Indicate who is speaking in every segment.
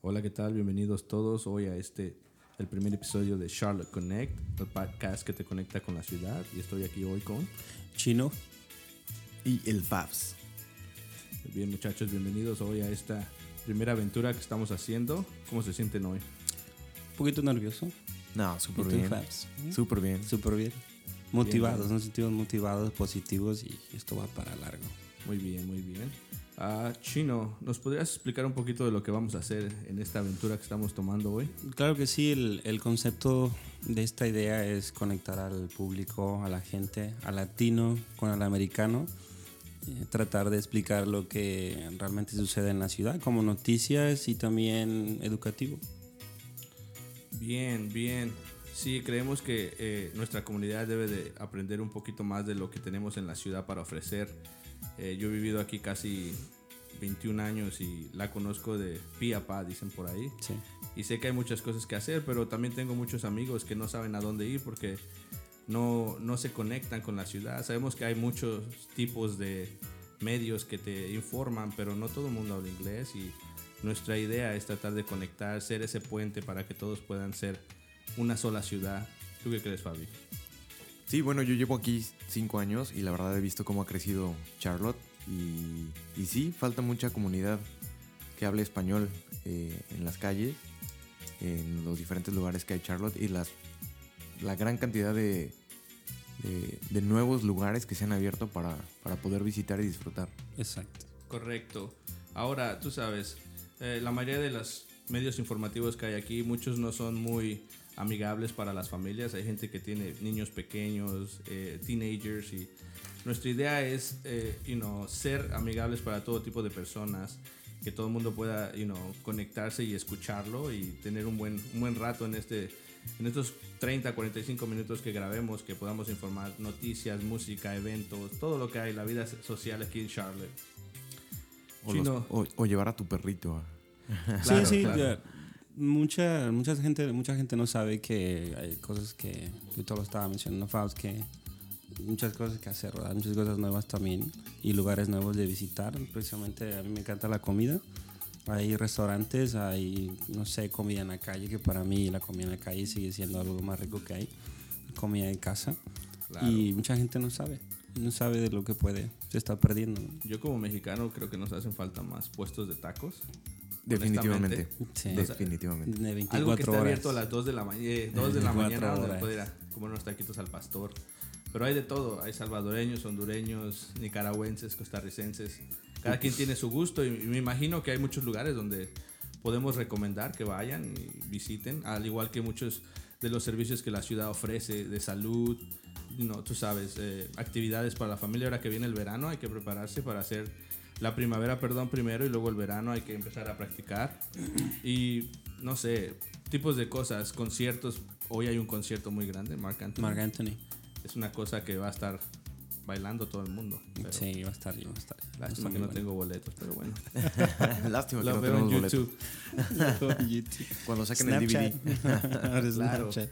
Speaker 1: Hola, ¿qué tal? Bienvenidos todos hoy a este, el primer episodio de Charlotte Connect, el podcast que te conecta con la ciudad. Y estoy aquí hoy con.
Speaker 2: Chino y el Fabs.
Speaker 1: Bien, muchachos, bienvenidos hoy a esta primera aventura que estamos haciendo. ¿Cómo se sienten hoy?
Speaker 2: Un poquito nervioso.
Speaker 3: No, súper
Speaker 2: ¿Y tú,
Speaker 3: bien.
Speaker 2: Fabs?
Speaker 3: Súper bien.
Speaker 2: Súper bien. Motivados, nos sentimos motivados, positivos y esto va para largo.
Speaker 1: Muy bien, muy bien. Ah, Chino, ¿nos podrías explicar un poquito de lo que vamos a hacer en esta aventura que estamos tomando hoy?
Speaker 2: Claro que sí, el, el concepto de esta idea es conectar al público, a la gente, al latino con el americano. eh, Tratar de explicar lo que realmente sucede en la ciudad como noticias y también educativo.
Speaker 1: Bien, bien. Sí, creemos que eh, nuestra comunidad debe de aprender un poquito más de lo que tenemos en la ciudad para ofrecer. Eh, yo he vivido aquí casi 21 años y la conozco de pi a pa, dicen por ahí.
Speaker 2: Sí.
Speaker 1: Y sé que hay muchas cosas que hacer, pero también tengo muchos amigos que no saben a dónde ir porque no, no se conectan con la ciudad. Sabemos que hay muchos tipos de medios que te informan, pero no todo el mundo habla inglés y nuestra idea es tratar de conectar, ser ese puente para que todos puedan ser una sola ciudad. ¿Tú qué crees, Fabi?
Speaker 3: Sí, bueno, yo llevo aquí cinco años y la verdad he visto cómo ha crecido Charlotte. Y, y sí, falta mucha comunidad que hable español eh, en las calles, en los diferentes lugares que hay Charlotte y las, la gran cantidad de, de- de nuevos lugares que se han abierto para, para poder visitar y disfrutar.
Speaker 2: Exacto.
Speaker 1: Correcto. Ahora, tú sabes, eh, la mayoría de los medios informativos que hay aquí, muchos no son muy amigables para las familias. Hay gente que tiene niños pequeños, eh, teenagers y nuestra idea es, eh, you know, ser amigables para todo tipo de personas, que todo el mundo pueda, you know, conectarse y escucharlo y tener un buen, un buen rato en este, en estos 30, 45 minutos que grabemos, que podamos informar noticias, música, eventos, todo lo que hay, la vida social aquí en Charlotte.
Speaker 3: O, los-
Speaker 1: Chino.
Speaker 3: o- o llevar a tu perrito. ah, a-
Speaker 1: Claro,
Speaker 2: sí, sí.
Speaker 1: claro.
Speaker 2: ya. Mucha, mucha, gente, mucha gente no sabe que hay cosas que. Yo todo lo estaba mencionando, Fabs, que muchas cosas que hacer, ¿verdad? Muchas cosas nuevas también y lugares nuevos de visitar. Precisamente a mí me encanta la comida. Hay restaurantes, hay, no sé, comida en la calle, que para mí la comida en la calle sigue siendo algo más rico que hay. Comida de casa.
Speaker 1: Claro.
Speaker 2: Y mucha gente no sabe. No sabe de lo que puede. Se está perdiendo. ¿no?
Speaker 1: Yo como mexicano creo que nos hacen falta más puestos de tacos.
Speaker 3: Definitivamente.
Speaker 2: Sí.
Speaker 3: Definitivamente.
Speaker 2: De 24
Speaker 1: Algo que está
Speaker 2: horas.
Speaker 1: abierto a las 2 de la, ma- eh, 2 de la
Speaker 2: 24
Speaker 1: mañana donde
Speaker 2: horas.
Speaker 1: puede ir a comer unos taquitos al pastor. Pero hay de todo, hay salvadoreños, hondureños, nicaragüenses, costarricenses. Cada quien tiene su gusto y y me imagino que hay muchos lugares donde podemos recomendar que vayan y visiten, al igual que muchos de los servicios que la ciudad ofrece de salud, no, tú sabes, eh, actividades para la familia. Ahora que viene el verano hay que prepararse para hacer la primavera, perdón, primero y luego el verano hay que empezar a practicar. Y no sé, tipos de cosas, conciertos. Hoy hay un concierto muy grande, Marc Anthony.
Speaker 2: Marc Anthony.
Speaker 1: Es una cosa que va a estar bailando todo el mundo. pero
Speaker 2: sí, va a estar, va a estar.
Speaker 1: Lástima que no tengo boletos, pero bueno.
Speaker 3: Lástima que
Speaker 1: Lo
Speaker 3: no
Speaker 1: veo en
Speaker 3: tenemos boletos.
Speaker 1: YouTube.
Speaker 3: Cuando saquen el
Speaker 2: Snapchat.
Speaker 3: DVD.
Speaker 2: Ahora es
Speaker 1: Claro.
Speaker 2: Snapchat.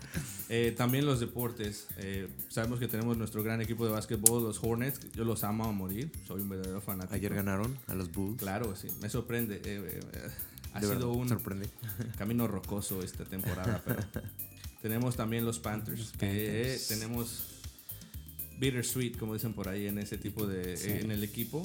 Speaker 1: Eh, también los deportes. Eh, sabemos que tenemos nuestro gran equipo de básquetbol, los Hornets. Yo los amo a morir. Soy un verdadero fanático.
Speaker 3: Ayer ganaron a los Bulls.
Speaker 1: Claro, sí. Me sorprende. Eh, eh, eh, ha
Speaker 3: De
Speaker 1: sido
Speaker 3: verdad,
Speaker 1: un
Speaker 3: sorprende.
Speaker 1: camino rocoso esta temporada, pero tenemos también los Panthers. que, eh,
Speaker 2: Panthers.
Speaker 1: tenemos bittersweet, como dicen por ahí, en ese tipo de...
Speaker 2: Sí.
Speaker 1: en el equipo.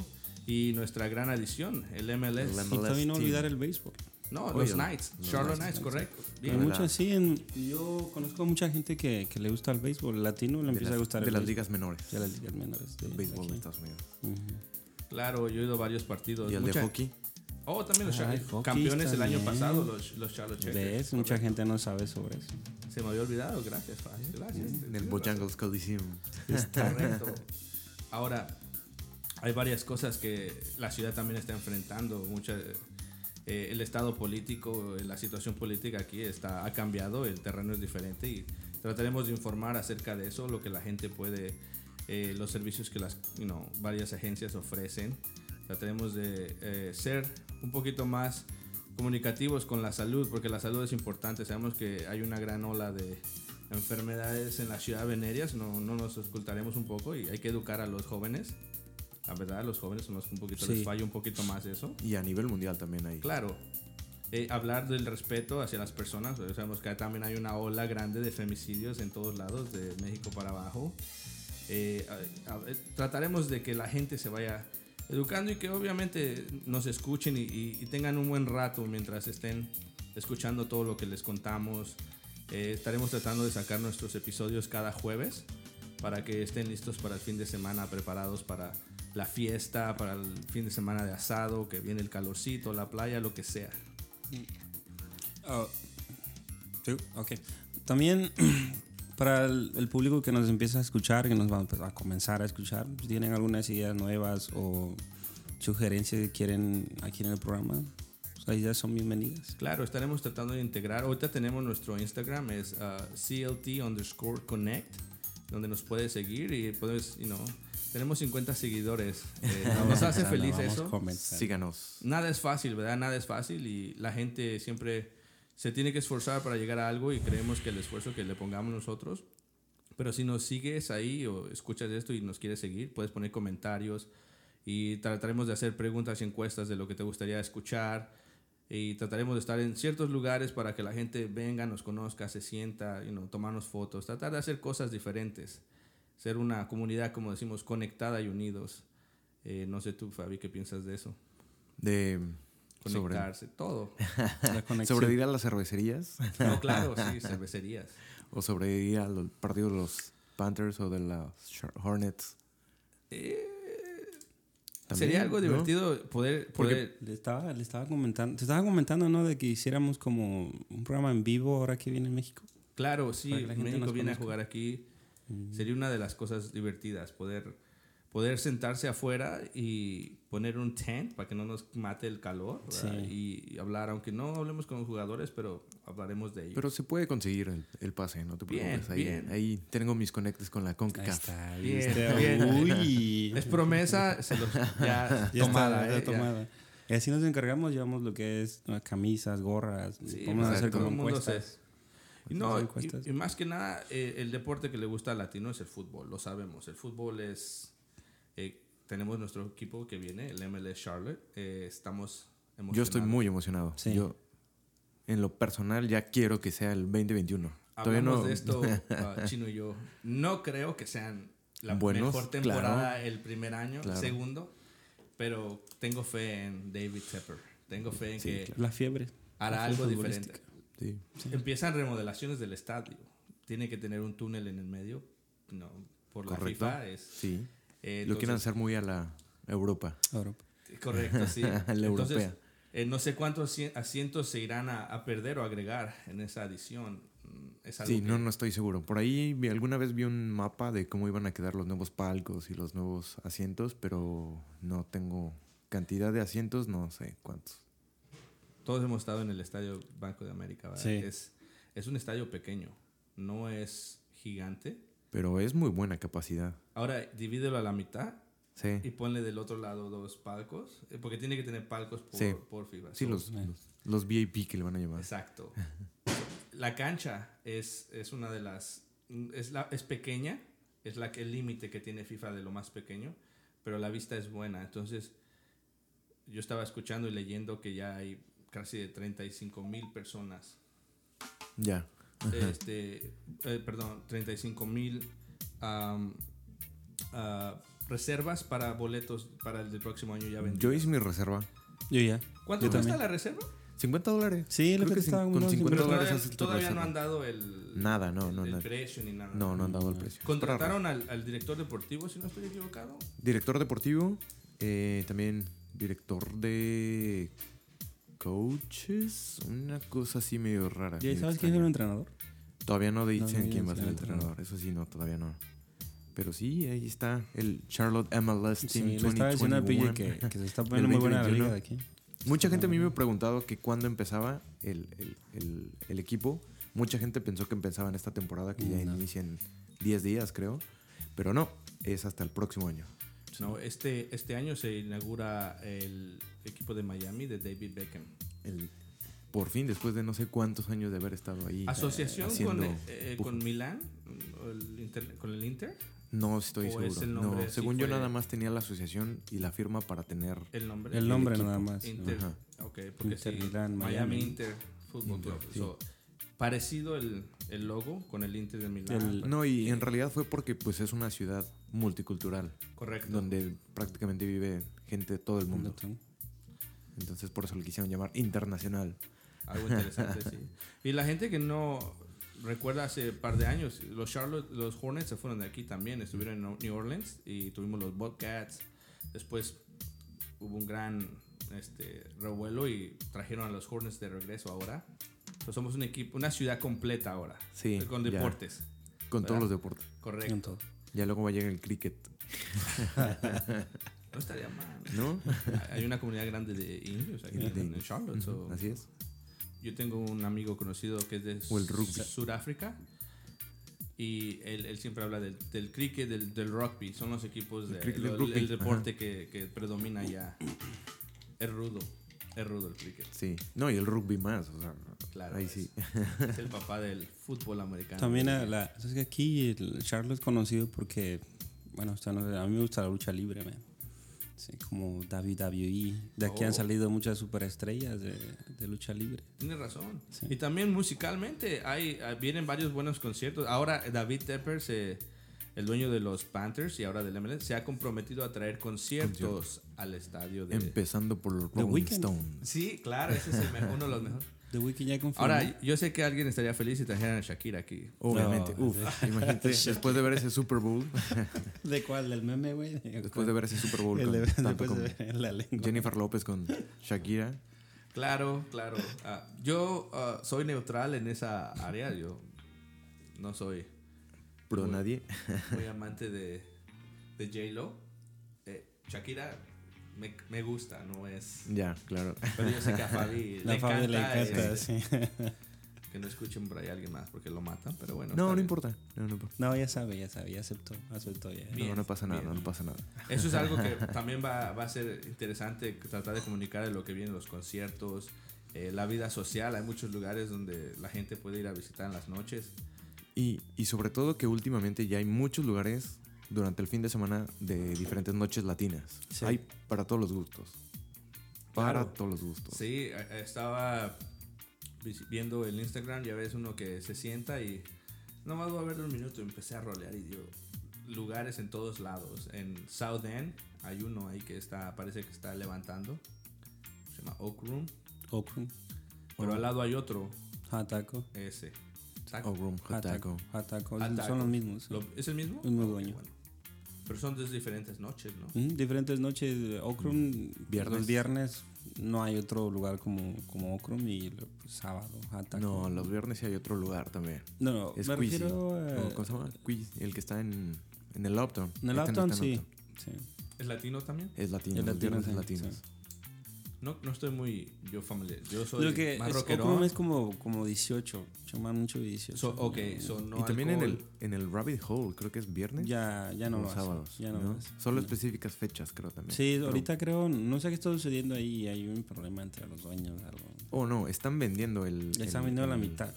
Speaker 1: Y nuestra gran adición, el MLS.
Speaker 3: El
Speaker 2: Y
Speaker 3: MLS
Speaker 2: también no
Speaker 3: team.
Speaker 2: olvidar el béisbol.
Speaker 1: No,
Speaker 3: Oye,
Speaker 1: los Knights.
Speaker 3: los
Speaker 1: Charlotte Knights,
Speaker 3: Knights,
Speaker 1: correcto.
Speaker 2: Hay
Speaker 1: Bien.
Speaker 3: Hola.
Speaker 2: mucha- sí, en- yo conozco mucha gente que, que le gusta el béisbol. El latino le
Speaker 3: De
Speaker 2: empieza
Speaker 3: las-
Speaker 2: a gustar
Speaker 3: de
Speaker 2: el
Speaker 3: las
Speaker 2: béisbol.
Speaker 3: ligas menores.
Speaker 2: De las ligas menores. de- de
Speaker 3: béisbol de
Speaker 2: aquí.
Speaker 3: Estados Unidos.
Speaker 2: Ujú.
Speaker 1: Claro, yo he ido a varios partidos.
Speaker 3: Y el
Speaker 1: Mucha-
Speaker 3: de hockey.
Speaker 1: Oh, también los
Speaker 2: Ah,
Speaker 1: Charlotte-
Speaker 2: el hockey
Speaker 1: campeones
Speaker 2: está
Speaker 1: el año
Speaker 2: bien.
Speaker 1: pasado, los, los Charlotte Checkers.
Speaker 2: ¿Ves? Mucha gente no sabe sobre eso.
Speaker 1: Se me había olvidado, gracias, Faz, Gracias.
Speaker 3: En el
Speaker 1: Tienes
Speaker 3: Bojangles Coliseum.
Speaker 1: Correcto. Ahora, hay varias cosas que la ciudad también está enfrentando. Mucha, eh, el estado político, eh, la situación política aquí está, ha cambiado, el terreno es diferente y trataremos de informar acerca de eso, lo que la gente puede, eh, los servicios que las you know, varias agencias ofrecen. Trataremos de eh, ser un poquito más comunicativos con la salud, porque la salud es importante. Sabemos que hay una gran ola de enfermedades en la ciudad venéreas, no, no nos ocultaremos un poco y hay que educar a los jóvenes. La verdad, a los jóvenes son los que un poquito
Speaker 2: Sí.
Speaker 1: les falla un poquito más eso.
Speaker 3: Y a nivel mundial también hay.
Speaker 1: Claro. eh, hablar del respeto hacia las personas. O sea, sabemos que también hay una ola grande de femicidios en todos lados, de México para abajo. Eh, a- a- eh, trataremos de que la gente se vaya educando y que obviamente nos escuchen y, y- y tengan un buen rato mientras estén escuchando todo lo que les contamos. Eh, estaremos tratando de sacar nuestros episodios cada jueves para que estén listos para el fin de semana, preparados para la fiesta, para el fin de semana de asado, que viene el calorcito, la playa, lo que sea.
Speaker 2: Oh, sí, ok. También para el, el público que nos empieza a escuchar, que nos va pues, a comenzar a escuchar, si tienen algunas ideas nuevas o sugerencias que quieren aquí en el programa, pues, las ideas son bienvenidas.
Speaker 1: Claro, estaremos tratando de integrar. Ahorita tenemos nuestro Instagram, es ah, CLT underscore connect, donde nos puedes seguir y puedes, you know, tenemos 50 seguidores. Eh, nos hace
Speaker 2: Comenzando,
Speaker 1: feliz
Speaker 2: vamos
Speaker 1: eso.
Speaker 2: comenzando.
Speaker 3: Síganos.
Speaker 1: Nada es fácil, ¿verdad? Nada es fácil y la gente siempre se tiene que esforzar para llegar a algo y creemos que el esfuerzo que le pongamos nosotros. Pero si nos sigues ahí o escuchas esto y nos quieres seguir, puedes poner comentarios y trataremos de hacer preguntas y encuestas de lo que te gustaría escuchar y trataremos de estar en ciertos lugares para que la gente venga, nos conozca, se sienta, you know, tomarnos fotos, tratar de hacer cosas diferentes, ser una comunidad, como decimos, conectada y unidos. Eh, no sé tú, Fabi, ¿qué piensas de eso?
Speaker 3: De sobre,
Speaker 1: conectarse, todo.
Speaker 2: La conexión.
Speaker 3: sobrevivir a las cervecerías
Speaker 1: No, claro, sí, cervecerías.
Speaker 3: o sobrevivir al partido de los Panthers o de los Shar- Hornets. También,
Speaker 1: Eh, Sería algo
Speaker 3: ¿no?
Speaker 1: divertido poder, poder
Speaker 2: Le estaba, le estaba comentando, te estaba comentando, ¿no? De que hiciéramos como un programa en vivo ahora que viene México.
Speaker 1: claro, sí,
Speaker 2: para que la gente
Speaker 1: México
Speaker 2: nos
Speaker 1: viene a
Speaker 2: conozca. Mm.
Speaker 1: jugar aquí. Sería una de las cosas divertidas, poder, poder sentarse afuera y poner un tent para que no nos mate el calor ¿verdad? y hablar, aunque no hablemos con los jugadores, pero hablaremos de ellos.
Speaker 3: Pero se puede conseguir el, el pase, no te
Speaker 1: Bien,
Speaker 3: preocupes. ahí,
Speaker 1: bien.
Speaker 3: ahí tengo mis conectes con la
Speaker 2: Ahí
Speaker 3: CONCACAF.
Speaker 2: está,
Speaker 1: Bien,
Speaker 2: ¿viste?
Speaker 1: bien.
Speaker 2: Uy.
Speaker 1: es promesa, se los, ya,
Speaker 2: Ya
Speaker 1: tomada,
Speaker 2: está, ya
Speaker 1: ¿eh?
Speaker 2: está
Speaker 1: Ya.
Speaker 2: tomada. Y así nos encargamos, llevamos lo que es eh, camisas, gorras,
Speaker 1: Sí,
Speaker 2: vamos a
Speaker 1: pues,
Speaker 2: hacer
Speaker 1: todo
Speaker 2: como
Speaker 1: el mundo se-
Speaker 2: encuestas.
Speaker 1: Y
Speaker 2: Vamos a
Speaker 1: no, y,
Speaker 2: hacer encuestas.
Speaker 1: y más que nada, eh, el deporte que le gusta al latino es el fútbol, lo sabemos. El fútbol es... eh, tenemos nuestro equipo que viene, el MLS Charlotte. eh, estamos emocionados.
Speaker 3: Yo estoy muy emocionado.
Speaker 2: Sí.
Speaker 3: Yo, en lo personal, ya quiero que sea el 2021. Todavía
Speaker 1: Hablamos
Speaker 3: no.
Speaker 1: de esto, ah, Chino y yo. No creo que sean la
Speaker 3: Buenos,
Speaker 1: mejor temporada el primer año,
Speaker 3: Claro.
Speaker 1: segundo, pero tengo fe en David Tepper. Tengo fe en
Speaker 3: Sí,
Speaker 1: que
Speaker 2: La fiebre.
Speaker 1: hará
Speaker 2: La
Speaker 1: algo
Speaker 2: futbolística.
Speaker 1: diferente.
Speaker 3: Sí.
Speaker 1: Empiezan remodelaciones del estadio. Tiene que tener un túnel en el medio. No, por la
Speaker 3: Correcto.
Speaker 1: FIFA es...
Speaker 3: Sí.
Speaker 1: eh,
Speaker 3: lo quieren
Speaker 1: entonces-
Speaker 3: hacer muy a la Europa.
Speaker 2: Ahora, pues,
Speaker 1: Correcto, sí.
Speaker 3: La
Speaker 1: Entonces,
Speaker 3: europea.
Speaker 1: eh, no sé cuántos cien- asientos se irán a, a perder o agregar en esa adición. Mm, Es algo
Speaker 3: Sí,
Speaker 1: que-
Speaker 3: no, no estoy seguro. Por ahí vi- alguna vez vi un mapa de cómo iban a quedar los nuevos palcos y los nuevos asientos, pero no tengo cantidad de asientos, no sé cuántos.
Speaker 1: Todos hemos estado en el estadio Banco de América. ¿verdad?
Speaker 2: Sí.
Speaker 1: Es, es un estadio pequeño, no es gigante.
Speaker 3: Pero es muy buena capacidad.
Speaker 1: Ahora divídelo a la mitad
Speaker 3: Sí,
Speaker 1: y ponle del otro lado dos palcos, eh, porque tiene que tener palcos por,
Speaker 3: Sí.
Speaker 1: por FIFA.
Speaker 3: sí
Speaker 1: So,
Speaker 3: los, los, los VIP que le van a llamar.
Speaker 1: pues, eh. Exacto. La cancha es, es una de las... Es, la, es pequeña, es la que el límite que tiene FIFA de lo más pequeño, pero la vista es buena. Entonces, yo estaba escuchando y leyendo que ya hay casi de 35 mil personas.
Speaker 3: Ya.
Speaker 1: Este, eh, perdón, 35 mil ah, reservas para boletos para el del próximo año ya vendidos.
Speaker 3: Yo hice mi reserva.
Speaker 2: Yo ya.
Speaker 1: ¿Cuánto
Speaker 2: Yo
Speaker 1: cuesta
Speaker 2: también.
Speaker 1: la reserva?
Speaker 3: 50 dólares.
Speaker 2: Sí, lo
Speaker 3: Creo
Speaker 2: que te
Speaker 3: cin-
Speaker 2: estaba
Speaker 3: Con
Speaker 2: hablando,
Speaker 3: 50
Speaker 1: Pero
Speaker 3: dólares
Speaker 1: todavía,
Speaker 3: haces tu
Speaker 1: todavía no
Speaker 3: reserva.
Speaker 1: han dado el,
Speaker 3: Nada, no, no,
Speaker 1: el
Speaker 3: no.
Speaker 1: precio ni nada.
Speaker 3: No, no han dado el precio.
Speaker 1: Contrataron al, al director deportivo, si no estoy equivocado.
Speaker 3: Director deportivo, eh, también director de coaches, una cosa así medio rara.
Speaker 2: ¿Ya
Speaker 3: medio
Speaker 2: sabes quién es el
Speaker 3: extraña.
Speaker 2: entrenador?
Speaker 3: Todavía no
Speaker 2: No,
Speaker 3: dicen
Speaker 2: no
Speaker 3: quién va
Speaker 2: dicen
Speaker 3: a ser
Speaker 2: el
Speaker 3: el entrenador, eso sí, no, todavía no. Pero sí, ahí está el Charlotte MLS Team
Speaker 2: Sí, le estaba diciendo a PJ
Speaker 3: 2021.
Speaker 2: que, que se está poniendo muy buena la
Speaker 3: 2021.
Speaker 2: liga de aquí.
Speaker 3: Mucha gente a mí me ha preguntado que cuándo empezaba el, el- el- el equipo. Mucha gente pensó que empezaba en esta temporada, que ya
Speaker 2: Mm, No.
Speaker 3: inicia en 10 días, creo. Pero no, es hasta el próximo año.
Speaker 1: No, este, este año se inaugura el equipo de Miami de David Beckham.
Speaker 3: el- por fin, después de no sé cuántos años de haber estado ahí. eh,
Speaker 1: Asociación con,
Speaker 3: haciendo
Speaker 1: eh, eh,
Speaker 3: pujos.
Speaker 1: con Milán, o el Inter- con el Inter.
Speaker 3: No estoy
Speaker 1: ¿O es
Speaker 3: seguro.
Speaker 1: el
Speaker 3: No,
Speaker 1: nombre? Sí
Speaker 3: según yo
Speaker 1: fue-
Speaker 3: nada más tenía la asociación y la firma para tener
Speaker 1: El nombre.
Speaker 2: El nombre nada más.
Speaker 1: Inter,
Speaker 3: Ajá.
Speaker 1: ok, porque
Speaker 2: Inter
Speaker 1: sí,
Speaker 2: Milán,
Speaker 1: Miami,
Speaker 2: Miami.
Speaker 1: Inter Fútbol
Speaker 3: Inter,
Speaker 1: Club.
Speaker 3: sí.
Speaker 1: So, parecido el, el logo con el Inter de Milán.
Speaker 2: El-
Speaker 1: pero-
Speaker 3: No, y en realidad fue porque pues es una ciudad multicultural
Speaker 1: Correcto.
Speaker 3: donde prácticamente vive gente de todo el mundo. Entonces por eso le quisieron llamar internacional.
Speaker 1: Algo interesante, sí. Y la gente que no recuerda hace par de años, los Charlotte, los Hornets se fueron de aquí también, estuvieron en New Orleans y tuvimos los Bobcats. Después hubo un gran este, revuelo y trajeron a los Hornets de regreso ahora. So, somos un equipo, una ciudad completa ahora.
Speaker 3: Sí,
Speaker 1: Con
Speaker 3: ya.
Speaker 1: deportes.
Speaker 3: Con
Speaker 1: ¿Verdad?
Speaker 3: todos los deportes.
Speaker 1: Correcto.
Speaker 2: En todo.
Speaker 3: Ya luego va a llegar el cricket,
Speaker 1: No estaría mal.
Speaker 3: ¿no?
Speaker 1: Hay una comunidad grande de indios aquí
Speaker 3: De
Speaker 1: en,
Speaker 3: indios.
Speaker 1: Charlotte. so-
Speaker 3: Así es.
Speaker 1: Yo tengo un amigo conocido que es de
Speaker 3: O el rugby.
Speaker 1: Su- Sudáfrica y él, él siempre habla del, del cricket, del, del rugby. Son los equipos
Speaker 3: El
Speaker 1: de
Speaker 3: cricket, el
Speaker 1: lo-
Speaker 3: rugby.
Speaker 1: el deporte que, que predomina ya. Es rudo, es rudo el cricket.
Speaker 3: Sí. No, y el rugby más. O sea,
Speaker 1: Claro,
Speaker 3: ahí
Speaker 1: es-
Speaker 3: sí.
Speaker 1: Es el papá del fútbol americano.
Speaker 2: Ah, También a la, es que aquí el Charlotte es conocido porque, bueno, usted no- a mí me gusta la lucha libre, man. Sí, como WWE. De aquí han
Speaker 1: Oh.
Speaker 2: salido muchas superestrellas de, de lucha libre.
Speaker 1: Tienes razón.
Speaker 2: Sí.
Speaker 1: Y también musicalmente hay ah, vienen varios buenos conciertos. Ahora David Tepper, se- el dueño de los Panthers y ahora del MLS, se ha comprometido a traer conciertos al estadio de
Speaker 3: Empezando por los Rolling
Speaker 2: Weeknd.
Speaker 3: Stones.
Speaker 1: Sí, claro, ese es el mejor- uno de los mejores.
Speaker 2: The Weeknd ya confirmó.
Speaker 1: Ahora, yo sé que alguien estaría feliz si trajeran a Shakira aquí.
Speaker 3: Obviamente.
Speaker 2: No.
Speaker 3: Uf, imagínate, después de ver ese Super Bowl,
Speaker 2: ¿De cuál? ¿Del meme, güey?
Speaker 3: después de ver ese Super Bowl
Speaker 2: El
Speaker 3: con,
Speaker 2: de-
Speaker 3: tanto
Speaker 2: después
Speaker 3: con
Speaker 2: de ver la lengua.
Speaker 3: Jennifer López con Shakira.
Speaker 1: Claro, claro. Ah, yo ah, soy neutral en esa área. Yo no soy
Speaker 3: Pero
Speaker 1: Uy.
Speaker 3: nadie.
Speaker 1: muy amante de, de J-Lo. Eh, Shakira me, me gusta, no es.
Speaker 3: Ya, claro.
Speaker 1: Pero yo sé que a Fabi le
Speaker 2: La Fabi le
Speaker 1: encanta.
Speaker 2: encanta,
Speaker 1: eh,
Speaker 2: sí.
Speaker 1: que no escuchen por ahí a alguien más porque lo matan, pero bueno. está
Speaker 3: No, no
Speaker 1: bien.
Speaker 3: importa. No, no importa.
Speaker 2: No, ya sabe, ya sabe, ya aceptó, aceptó ya.
Speaker 1: Bien,
Speaker 3: no, no pasa nada,
Speaker 1: bien.
Speaker 3: no, no pasa nada.
Speaker 1: Eso es algo que también va, va a ser interesante, tratar de comunicar de lo que vienen los conciertos, eh, la vida social. Hay muchos lugares donde la gente puede ir a visitar en las noches.
Speaker 3: Y, y sobre todo que últimamente ya hay muchos lugares durante el fin de semana de diferentes noches latinas.
Speaker 2: Sí.
Speaker 3: Hay para todos los gustos. Para
Speaker 1: Claro.
Speaker 3: todos los gustos.
Speaker 1: Sí, eh, estaba visi- viendo el Instagram, ya ves uno que se sienta y nomás voy a ver un minuto. Empecé a rolear y digo, lugares en todos lados. En South End hay uno ahí que está, parece que está levantando. Se llama Oak Room.
Speaker 2: Okun,
Speaker 1: Pero
Speaker 3: Oh.
Speaker 1: al lado hay otro,
Speaker 2: Hataco,
Speaker 1: ese. Taco.
Speaker 3: O Room Hot Taco.
Speaker 2: Hataco, Hataco, son-
Speaker 1: Hataco.
Speaker 2: son los mismos.
Speaker 1: Lo- ¿Es el mismo?
Speaker 2: El mismo
Speaker 1: Ok,
Speaker 2: dueño.
Speaker 1: bueno. Pero son dos diferentes noches, ¿no?
Speaker 2: Mm, Diferentes noches, eh, Okrum,
Speaker 3: Viernes.
Speaker 2: los viernes no hay otro lugar como, como Okrum y lo- pues, sábado, Hataco.
Speaker 3: No, los viernes sí hay otro lugar también.
Speaker 2: no, no,
Speaker 3: Es
Speaker 2: me
Speaker 3: Queasy.
Speaker 2: refiero eh,
Speaker 3: O, ¿Cómo se llama? Quiz, el que está en, en el Uptown.
Speaker 2: en el
Speaker 3: Este no
Speaker 2: Uptown,
Speaker 3: está en
Speaker 2: sí. sí.
Speaker 1: ¿Es latino también?
Speaker 3: Es latino,
Speaker 2: El
Speaker 3: los
Speaker 2: latino,
Speaker 3: viernes es
Speaker 2: sí,
Speaker 3: latinos.
Speaker 1: No, no estoy muy yo familiar. Yo soy
Speaker 2: Lo que
Speaker 1: más
Speaker 2: es,
Speaker 1: rockerón.
Speaker 2: Okrum es como, como 18, chuman mucho Eh, 18.
Speaker 1: So- ok, so no
Speaker 3: y también en el,
Speaker 1: alcohol.
Speaker 3: en el Rabbit Hole, creo que es viernes.
Speaker 2: Ya, ya no
Speaker 3: o
Speaker 2: lo hacen,
Speaker 3: sábados.
Speaker 2: Ya no,
Speaker 3: ¿no?
Speaker 2: lo hacen.
Speaker 3: Solo
Speaker 2: No.
Speaker 3: específica específicas fechas, creo también.
Speaker 2: Sí,
Speaker 3: Pero-
Speaker 2: ahorita creo, no sé qué está sucediendo ahí, hay un problema entre los dueños, algo.
Speaker 3: Oh, no, están vendiendo el.
Speaker 2: Ya están
Speaker 3: el-
Speaker 2: vendiendo la
Speaker 3: el-
Speaker 2: mitad.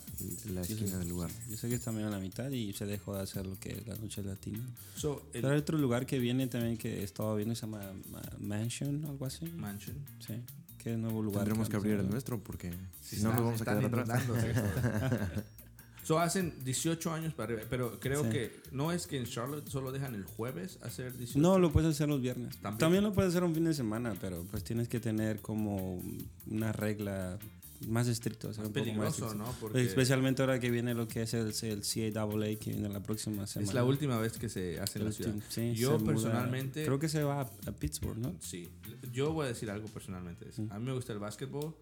Speaker 3: La
Speaker 2: Sí,
Speaker 3: esquina
Speaker 2: sí,
Speaker 3: del lugar.
Speaker 2: Yo sé que está medio a la mitad y se dejó de hacer lo que es la noche latina.
Speaker 1: So, el
Speaker 2: Pero hay otro lugar que viene también que he estado viendo, se llama Ma- Mansion, algo así.
Speaker 1: mansion.
Speaker 2: sí, que es nuevo lugar.
Speaker 3: Tendremos que
Speaker 2: han
Speaker 3: abrir el
Speaker 2: sacado.
Speaker 3: nuestro porque si
Speaker 1: Sí, está-
Speaker 3: no nos vamos a
Speaker 1: están
Speaker 3: quedar atrás.
Speaker 1: inundándose. so, hacen 18 años para arriba. Pero creo
Speaker 2: Sí.
Speaker 1: que no es que en Charlotte solo dejan el jueves hacer 18.
Speaker 2: No, lo puedes hacer los viernes.
Speaker 1: También.
Speaker 2: ¿También? lo puedes hacer un fin de semana, pero pues tienes que tener como una regla más estricta. o sea,
Speaker 1: es
Speaker 2: un poco más
Speaker 1: peligroso,
Speaker 2: estricta.
Speaker 1: ¿no? Porque
Speaker 2: Especialmente ahora que viene lo que es el, el CAA que viene la próxima semana.
Speaker 1: es la última vez que se hace en la ciudad.
Speaker 2: Sí,
Speaker 1: Yo
Speaker 2: se muda-
Speaker 1: personalmente-
Speaker 2: Creo que se va a, a Pittsburgh, ¿no?
Speaker 1: Sí, yo voy a decir algo personalmente.
Speaker 2: Mm.
Speaker 1: A mí me gusta el básquetbol.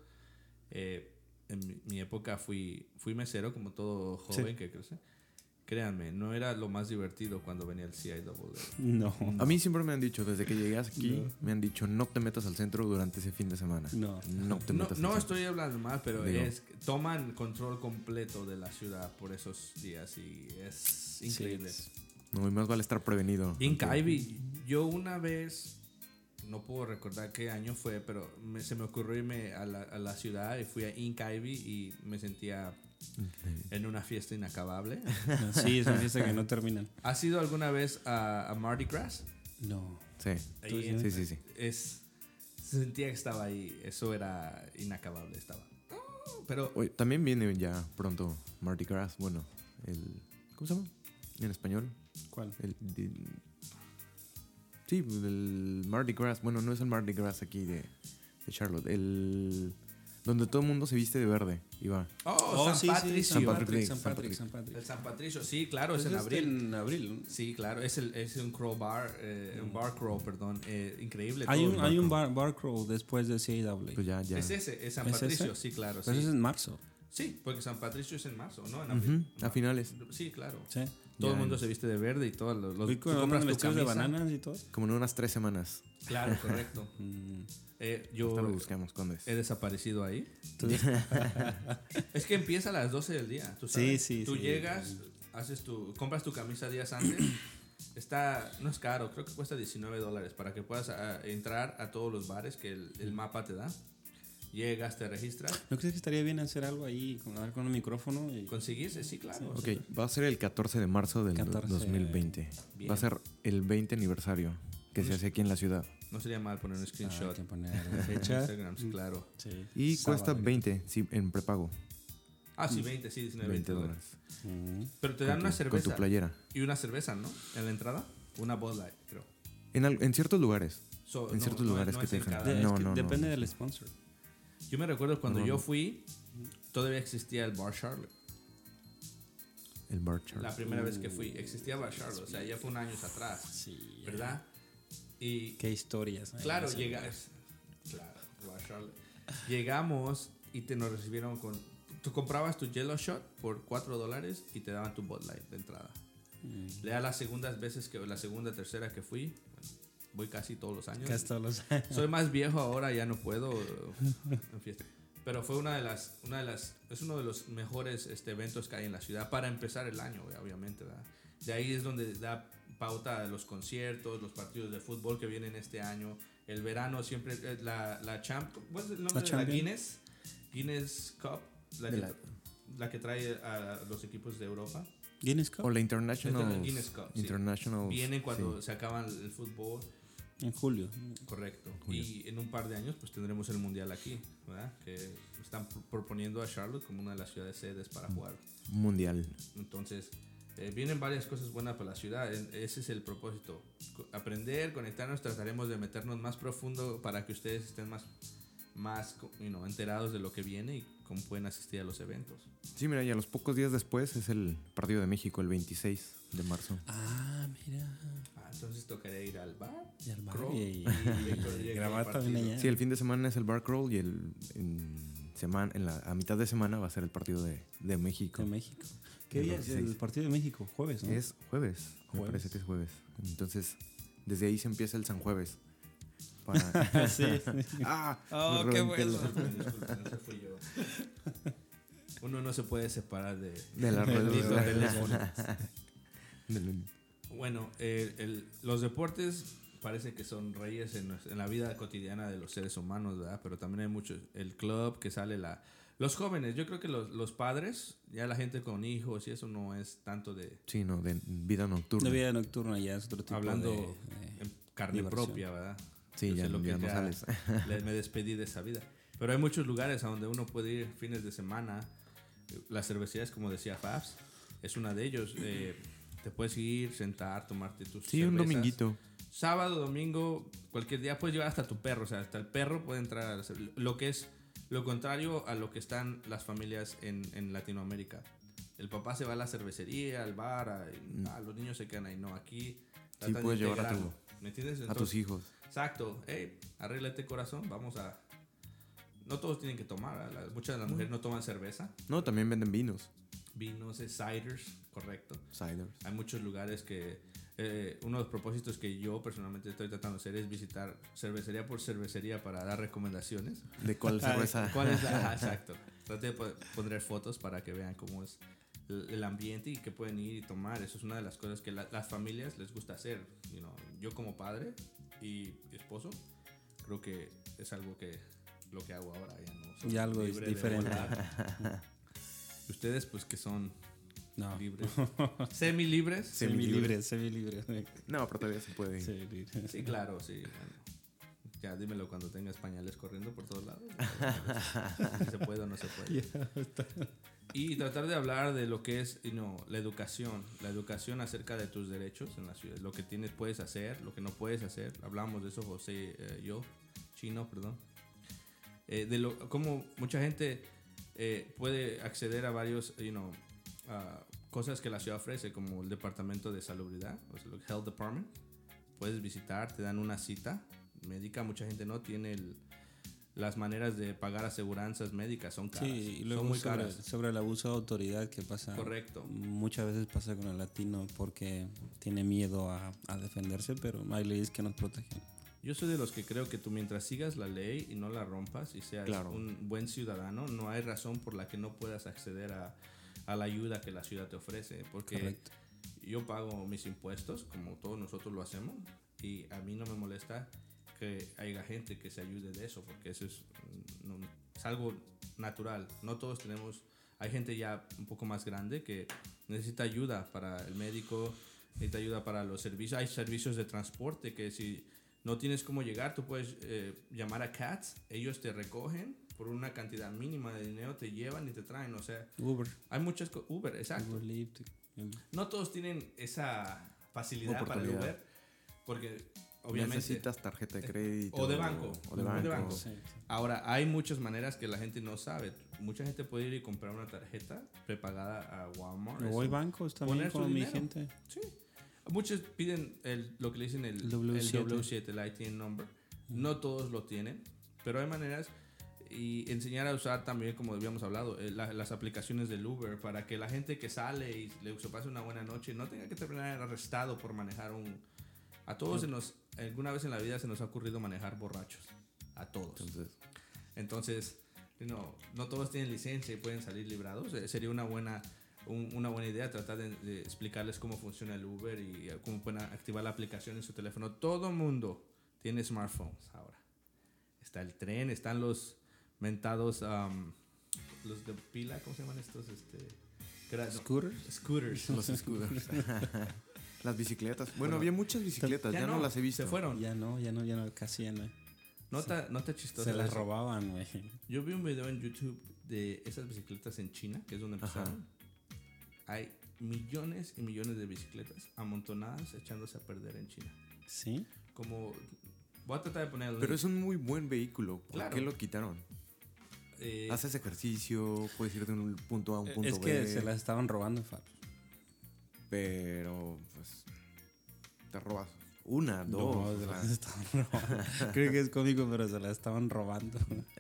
Speaker 1: Eh, en mi, mi época fui, fui mesero, como todo joven
Speaker 2: Sí.
Speaker 1: que crece. Créanme, no era lo más divertido cuando venía el CIAA.
Speaker 2: No.
Speaker 3: A mí siempre me han dicho, desde que llegué aquí, me han dicho, no te metas al centro durante ese fin de semana.
Speaker 2: No.
Speaker 3: No te
Speaker 1: No,
Speaker 3: metas al
Speaker 1: no
Speaker 3: centro".
Speaker 1: estoy hablando mal, pero
Speaker 3: Digo.
Speaker 1: es que toman control completo de la ciudad por esos días y es
Speaker 2: Sí,
Speaker 1: increíble.
Speaker 2: es-
Speaker 3: No, y más vale estar prevenido.
Speaker 1: Inca
Speaker 3: Porque-
Speaker 1: Ivy, yo una vez, no puedo recordar qué año fue, pero me- se me ocurrió irme a la, a la ciudad y fui a Inca Ivy y me sentía en una fiesta inacabable.
Speaker 2: Sí, es una fiesta que no terminan.
Speaker 1: ¿Has ido alguna vez a, a Mardi Gras?
Speaker 2: No.
Speaker 3: Sí.
Speaker 1: Ahí
Speaker 2: sí?
Speaker 1: en-
Speaker 3: Sí, sí, sí.
Speaker 1: Es, sentía que estaba ahí. Eso era inacabable, estaba. Oh, Pero
Speaker 3: Oye, también viene ya pronto Mardi Gras. Bueno, el. ¿Cómo se llama? En español.
Speaker 2: ¿Cuál?
Speaker 3: El, di- sí, el Mardi Gras. Bueno, no es el Mardi Gras aquí de, de Charlotte. El. Donde todo el mundo se viste de verde y va.
Speaker 1: Oh, San Patricio.
Speaker 2: San Pues Patrick,
Speaker 3: Patrick,
Speaker 2: San
Speaker 3: San
Speaker 2: Patrick,
Speaker 3: Patrick.
Speaker 2: San Patrick.
Speaker 1: El San Patricio, sí, claro, es en
Speaker 2: Entonces,
Speaker 1: abril.
Speaker 2: En abril.
Speaker 1: Sí, claro, es, el, es un crowbar, eh, un bar crawl, perdón, eh, increíble.
Speaker 2: Hay
Speaker 1: todo.
Speaker 2: un, hay un bar, bar crawl después de
Speaker 3: Pues
Speaker 2: CAW.
Speaker 3: ya, ya.
Speaker 1: Es ese, es San
Speaker 2: ¿Es
Speaker 1: Patricio,
Speaker 2: pues ese?
Speaker 1: sí, claro.
Speaker 2: Pero eso es
Speaker 1: Sí.
Speaker 2: en marzo.
Speaker 1: Sí, porque San Patricio es en marzo, ¿no? En abril.
Speaker 3: Ujú, A finales.
Speaker 1: Sí, claro.
Speaker 2: Sí.
Speaker 1: Todo
Speaker 3: Ya.
Speaker 1: el mundo se viste de verde y todos los... los
Speaker 2: Fui
Speaker 1: tú
Speaker 2: con
Speaker 1: compras
Speaker 2: unos
Speaker 1: tu
Speaker 2: vestidos de
Speaker 1: camisa.
Speaker 2: bananas y todo.
Speaker 3: Como en unas tres semanas.
Speaker 1: Claro, correcto.
Speaker 2: Mm,
Speaker 1: Eh, yo
Speaker 3: Ahorita lo buscamos, Condes.
Speaker 1: he desaparecido ahí.
Speaker 2: Entonces,
Speaker 1: Es que empieza a las 12 del día, tú
Speaker 2: Sí,
Speaker 1: sabes.
Speaker 2: sí,
Speaker 1: Tú
Speaker 2: sí.
Speaker 1: llegas, haces tu, compras tu camisa días antes. Está, no es caro, creo que cuesta 19 dólares para que puedas ah, entrar a todos los bares que el, el mapa te da. Llegas, te registras.
Speaker 2: ¿No crees que estaría bien hacer algo ahí, con, dar con un micrófono? Y,
Speaker 1: ¿Conseguís? Eh, Sí, claro.
Speaker 3: Ok, va a ser el 14 de marzo del do-
Speaker 2: 14.
Speaker 3: 2020.
Speaker 1: Bien.
Speaker 3: Va a ser el 20 aniversario que se hace aquí en la ciudad.
Speaker 1: No sería mal poner un
Speaker 2: Ah, hay
Speaker 1: screenshot
Speaker 2: que
Speaker 1: en
Speaker 2: poner la fecha.
Speaker 1: Instagram, sí, claro.
Speaker 2: Sí.
Speaker 3: Y
Speaker 2: Sábado.
Speaker 3: cuesta 20 sí, en prepago.
Speaker 1: Ah, sí, 20, sí, 19,
Speaker 3: 20
Speaker 1: dólares.
Speaker 2: Mm.
Speaker 3: dólares.
Speaker 1: Pero te
Speaker 3: Con
Speaker 1: dan una
Speaker 3: tu- Con
Speaker 1: cerveza
Speaker 3: tu playera.
Speaker 1: y una cerveza, ¿no? En la entrada, una Bud Light, creo.
Speaker 3: En, al- en ciertos lugares.
Speaker 1: So,
Speaker 3: En ciertos lugares que
Speaker 1: es
Speaker 3: te
Speaker 1: en
Speaker 3: dejan.
Speaker 1: cada-
Speaker 2: De- es
Speaker 3: No,
Speaker 2: que
Speaker 3: no, no.
Speaker 2: depende del sponsor.
Speaker 1: Yo me recuerdo cuando
Speaker 3: No,
Speaker 1: yo
Speaker 3: no.
Speaker 1: fui, todavía existía el Bar Charlotte.
Speaker 3: El bar chart.
Speaker 1: La primera vez que fui, existía Bar Charlotte, o sea, ya fue un años atrás,
Speaker 2: Sí.
Speaker 1: ¿verdad? Y
Speaker 2: Qué historias. hay
Speaker 1: claro,
Speaker 2: en ese lugar.
Speaker 1: llegas. Claro, Bar Charlotte. Llegamos y te nos recibieron con. Tú comprabas tu Yellow Shot por 4 dólares y te daban tu Bud Light de entrada.
Speaker 2: Mm.
Speaker 1: Ya las segundas veces que, la segunda, tercera que fui, bueno, voy casi todos los años.
Speaker 2: Casi todos los-
Speaker 1: Soy más viejo ahora, ya no puedo. eh, en fiesta. Pero fue una de las, una de las, es uno de los mejores este, eventos que hay en la ciudad para empezar el año, eh, obviamente, ¿verdad? De ahí es donde da pauta a los conciertos, los partidos de fútbol que vienen este año. El verano siempre, eh, la, la champ, ¿cuál es el nombre
Speaker 2: La
Speaker 1: de la
Speaker 2: Champions.
Speaker 1: Guinness? Guinness Cup, la
Speaker 3: De
Speaker 1: que,
Speaker 3: la-
Speaker 1: la que trae a los equipos de Europa.
Speaker 2: Guinness Cup.
Speaker 3: O la International.
Speaker 1: Guinness Cup, sí.
Speaker 3: International.
Speaker 1: Vienen cuando se acaban el fútbol.
Speaker 2: En julio.
Speaker 1: Correcto. Y en un par de años pues tendremos el mundial aquí, ¿verdad? Que están pro- proponiendo a Charlotte como una de las ciudades sedes para
Speaker 2: Mm.
Speaker 1: jugar.
Speaker 3: Mundial.
Speaker 1: Entonces, eh, vienen varias cosas buenas para la ciudad. En- Ese es el propósito. Co- Aprender, conectarnos, trataremos de meternos más profundo para que ustedes estén más, más co- you know, enterados de lo que viene y cómo pueden asistir a los eventos.
Speaker 3: Sí, mira, y a los pocos días después es el partido de México, el 26 de marzo.
Speaker 2: Ah, mira.
Speaker 1: Ah, entonces tocaré ir al bar.
Speaker 2: Y al bar.
Speaker 1: Crow,
Speaker 2: Y,
Speaker 1: y- y- y-
Speaker 2: grabar
Speaker 1: y-
Speaker 2: también allá.
Speaker 3: Sí, el fin de semana es el bar crawl y el, en semana, en la, a mitad de semana va a ser el partido de, de México.
Speaker 2: Con México. ¿Qué
Speaker 3: El
Speaker 2: día es el
Speaker 3: 26.
Speaker 2: partido de México? Jueves, Em, ¿no?
Speaker 3: Es jueves, me
Speaker 2: Jueves.
Speaker 3: parece que es jueves. Entonces, desde ahí se empieza el San Jueves. Para...
Speaker 2: sí.
Speaker 3: ¡Ah!
Speaker 2: Oh,
Speaker 3: me
Speaker 2: qué
Speaker 3: reventé el-
Speaker 2: bueno.
Speaker 1: Disculpen, disculpen, ese fui yo. Uno no se puede separar de...
Speaker 3: De la
Speaker 1: del
Speaker 3: rueda
Speaker 1: maldito
Speaker 3: de-
Speaker 1: teléfono.
Speaker 3: del-
Speaker 1: Bueno, eh, el- los deportes parece que son reyes en, nos- en la vida cotidiana de los seres humanos, ¿verdad? Pero también hay muchos, el club que sale la... Los jóvenes, yo creo que los, los padres, ya la gente con hijos y eso no es tanto de
Speaker 3: Sí, no, de vida nocturna.
Speaker 2: La vida nocturna ya es otro tipo
Speaker 1: Hablando
Speaker 2: de... eh,
Speaker 1: en carne
Speaker 2: diversión.
Speaker 1: propia, ¿verdad?
Speaker 3: eh, Sí,
Speaker 1: Yo
Speaker 3: ya,
Speaker 1: sé
Speaker 3: ya no sales.
Speaker 1: le- me despedí de esa vida. Pero hay muchos lugares a donde uno puede ir fines de semana. Las cervecerías, como decía Fabs, es una de ellos. Eh, te puedes ir, sentar, tomarte tus
Speaker 3: Sí, un
Speaker 1: cervezas.
Speaker 3: dominguito.
Speaker 1: Sábado, domingo, cualquier día puedes llevar hasta tu perro. O sea, hasta el perro puede entrar a la cer- Lo que es lo contrario a lo que están las familias en, en Latinoamérica. El papá se va a la cervecería, al bar, a- ah, los niños se quedan ahí. No, aquí. tratan de
Speaker 3: Mm. puedes llevar a tu-
Speaker 1: integrarlo. ¿Me entiendes?
Speaker 3: A
Speaker 1: Entonces,
Speaker 3: tus hijos.
Speaker 1: Exacto. Hey, arréglate corazón, vamos a... No todos tienen que tomar, ¿verdad? Las- muchas de
Speaker 3: Mm.
Speaker 1: las mujeres no toman cerveza,
Speaker 3: No, también venden vinos.
Speaker 1: vinos, eh, ciders, correcto.
Speaker 3: Ciders.
Speaker 1: Hay muchos lugares que... eh, uno de los propósitos que yo personalmente estoy tratando de hacer es visitar cervecería por cervecería para dar recomendaciones.
Speaker 3: ¿De cuál cerveza?
Speaker 1: ¿Cuál es la- ajá, Exacto. Traté de po- poner fotos para que vean cómo es el el ambiente y que pueden ir y tomar. Eso es una de las cosas que la- las familias les gusta hacer. you know. Yo como padre y esposo, creo que es algo que lo que hago ahora ya no. soy
Speaker 2: Ya algo
Speaker 1: libre
Speaker 2: es
Speaker 1: de
Speaker 2: diferente.
Speaker 1: volar. Ustedes, pues que son
Speaker 2: No.
Speaker 1: libres. Semi libres.
Speaker 3: Semilibre.
Speaker 2: Semi-libre, semi-libre.
Speaker 3: No, pero todavía se puede.
Speaker 2: Semi-libre.
Speaker 1: Sí, claro, sí. bueno. Ya dímelo cuando tengas pañales corriendo por todos lados. Si se puede o no se puede. Y tratar de hablar de lo que es you know, la educación. La educación acerca de tus derechos en la ciudad. Lo que tienes, puedes hacer, lo que no puedes hacer. Hablamos de eso José, eh, yo, chino, perdón. Eh, de lo, cómo mucha gente eh, puede acceder a varios, you know, a cosas que la ciudad ofrece, como el departamento de salubridad, o sea, el health department puedes visitar, te dan una cita médica. Mucha gente no tiene el- las maneras de pagar aseguranzas médicas, son caras.
Speaker 2: Sí, y luego
Speaker 1: son muy
Speaker 2: sobre,
Speaker 1: caras.
Speaker 2: sobre el abuso de autoridad que pasa.
Speaker 1: Correcto.
Speaker 2: Muchas veces pasa con el latino porque tiene miedo a, a defenderse, pero hay leyes que nos protegen.
Speaker 1: Yo soy de los que creo que tú mientras sigas la ley y no la rompas y seas
Speaker 3: Claro.
Speaker 1: un buen ciudadano, no hay razón por la que no puedas acceder a, a la ayuda que la ciudad te ofrece. Porque
Speaker 2: Correcto.
Speaker 1: yo pago mis impuestos, como todos nosotros lo hacemos, y a mí no me molesta que haya gente que se ayude de eso, porque eso es, mm, no- es algo natural. No todos tenemos, hay gente ya un poco más grande que necesita ayuda para el médico, necesita ayuda para los servicios. Hay servicios de transporte que si no tienes cómo llegar, tú puedes eh, llamar a CATS, ellos te recogen por una cantidad mínima de dinero, te llevan y te traen. O sea,
Speaker 2: Uber.
Speaker 1: hay muchas co- Uber, exacto
Speaker 2: Uber Lyft, el-
Speaker 1: no todos tienen esa facilidad para el
Speaker 3: Oportunidad.
Speaker 1: Uber, porque obviamente.
Speaker 3: Necesitas tarjeta de crédito.
Speaker 1: O de banco.
Speaker 3: O de banco.
Speaker 1: O de banco.
Speaker 2: sí,
Speaker 1: Ahora, hay muchas maneras que la gente no sabe. Mucha gente puede ir y comprar una tarjeta prepagada a Walmart.
Speaker 2: sí. O hay bancos también
Speaker 1: Poner su
Speaker 2: como mi
Speaker 1: dinero.
Speaker 2: gente.
Speaker 1: Sí. Muchos piden el, lo que le dicen el el W7,
Speaker 2: W7.
Speaker 1: el, ITN number. No todos lo tienen, pero hay maneras y enseñar a usar también, como habíamos hablado, eh, la- las aplicaciones del Uber para que la gente que sale y le se pase una buena noche no tenga que terminar arrestado por manejar un... A todos se nos, alguna vez en la vida se nos ha ocurrido manejar borrachos. A todos.
Speaker 3: Entonces,
Speaker 1: Entonces, no, no todos tienen licencia y pueden salir librados. Eh, Sería una buena, un- una buena idea tratar de, de explicarles cómo funciona el Uber y eh, cómo pueden activar la aplicación en su teléfono. Todo mundo tiene smartphones ahora. Está el tren, están los mentados, um, los de pila, ¿cómo se llaman estos? Este, que era- no,
Speaker 2: Scooter.
Speaker 1: scooters.
Speaker 3: los scooters. las bicicletas. Bueno, había muchas bicicletas, ya, no, las he visto.
Speaker 1: Se fueron.
Speaker 2: Ya no, ya no, ya no, casi ya no.
Speaker 1: Nota, nota chistosa.
Speaker 2: Se las
Speaker 1: eso.
Speaker 2: robaban, güey.
Speaker 1: Yo vi un video en YouTube de esas bicicletas en China, que es donde
Speaker 3: Ajá.
Speaker 1: empezaron. Hay millones y millones de bicicletas amontonadas echándose a perder en China.
Speaker 2: Sí.
Speaker 1: Como voy a tratar de poner el
Speaker 3: Pero
Speaker 1: link.
Speaker 3: es un muy buen vehículo. ¿Por
Speaker 1: Claro.
Speaker 3: qué lo quitaron?
Speaker 1: Eh,
Speaker 3: Haces ejercicio, puedes ir de un punto A a un punto
Speaker 2: Es
Speaker 3: B.
Speaker 2: que se las estaban robando, Fab.
Speaker 3: Pero, pues, te robas una, dos.
Speaker 2: No,
Speaker 3: o
Speaker 2: se
Speaker 3: sea,
Speaker 2: las estaban robando. Creo que es cómico, pero se las estaban robando.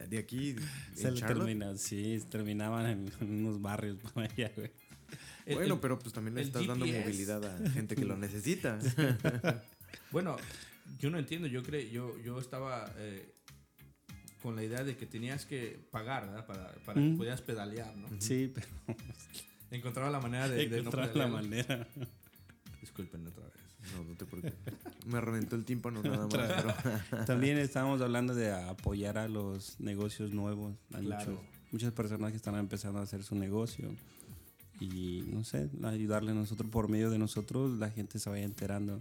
Speaker 3: de aquí,
Speaker 2: Se
Speaker 3: en
Speaker 2: le
Speaker 3: Charlotte.
Speaker 2: termina, sí, terminaban en, en unos barrios por allá, güey.
Speaker 1: el-
Speaker 3: bueno,
Speaker 1: el-
Speaker 3: pero pues también le
Speaker 1: el
Speaker 3: estás dando
Speaker 1: GPS.
Speaker 3: movilidad a gente que lo necesita.
Speaker 1: bueno, yo no entiendo. Yo cre- yo, yo estaba eh, con la idea de que tenías que pagar, ¿verdad? Para, para que
Speaker 2: Mm.
Speaker 1: pudieras pedalear, ¿no?
Speaker 2: Sí, pero
Speaker 1: Encontraba la manera de, de no
Speaker 2: encontrar la
Speaker 1: pedalear.
Speaker 2: manera.
Speaker 1: Disculpen otra vez.
Speaker 3: No, no te preocupes. Me reventó el tímpano nada más.
Speaker 2: Otra.
Speaker 3: pero-
Speaker 2: También estábamos hablando de apoyar a los negocios nuevos. Hay
Speaker 1: Claro.
Speaker 2: muchos- muchas personas que están empezando a hacer su negocio. Y no sé, ayudarle a nosotros, por medio de nosotros, la gente se vaya enterando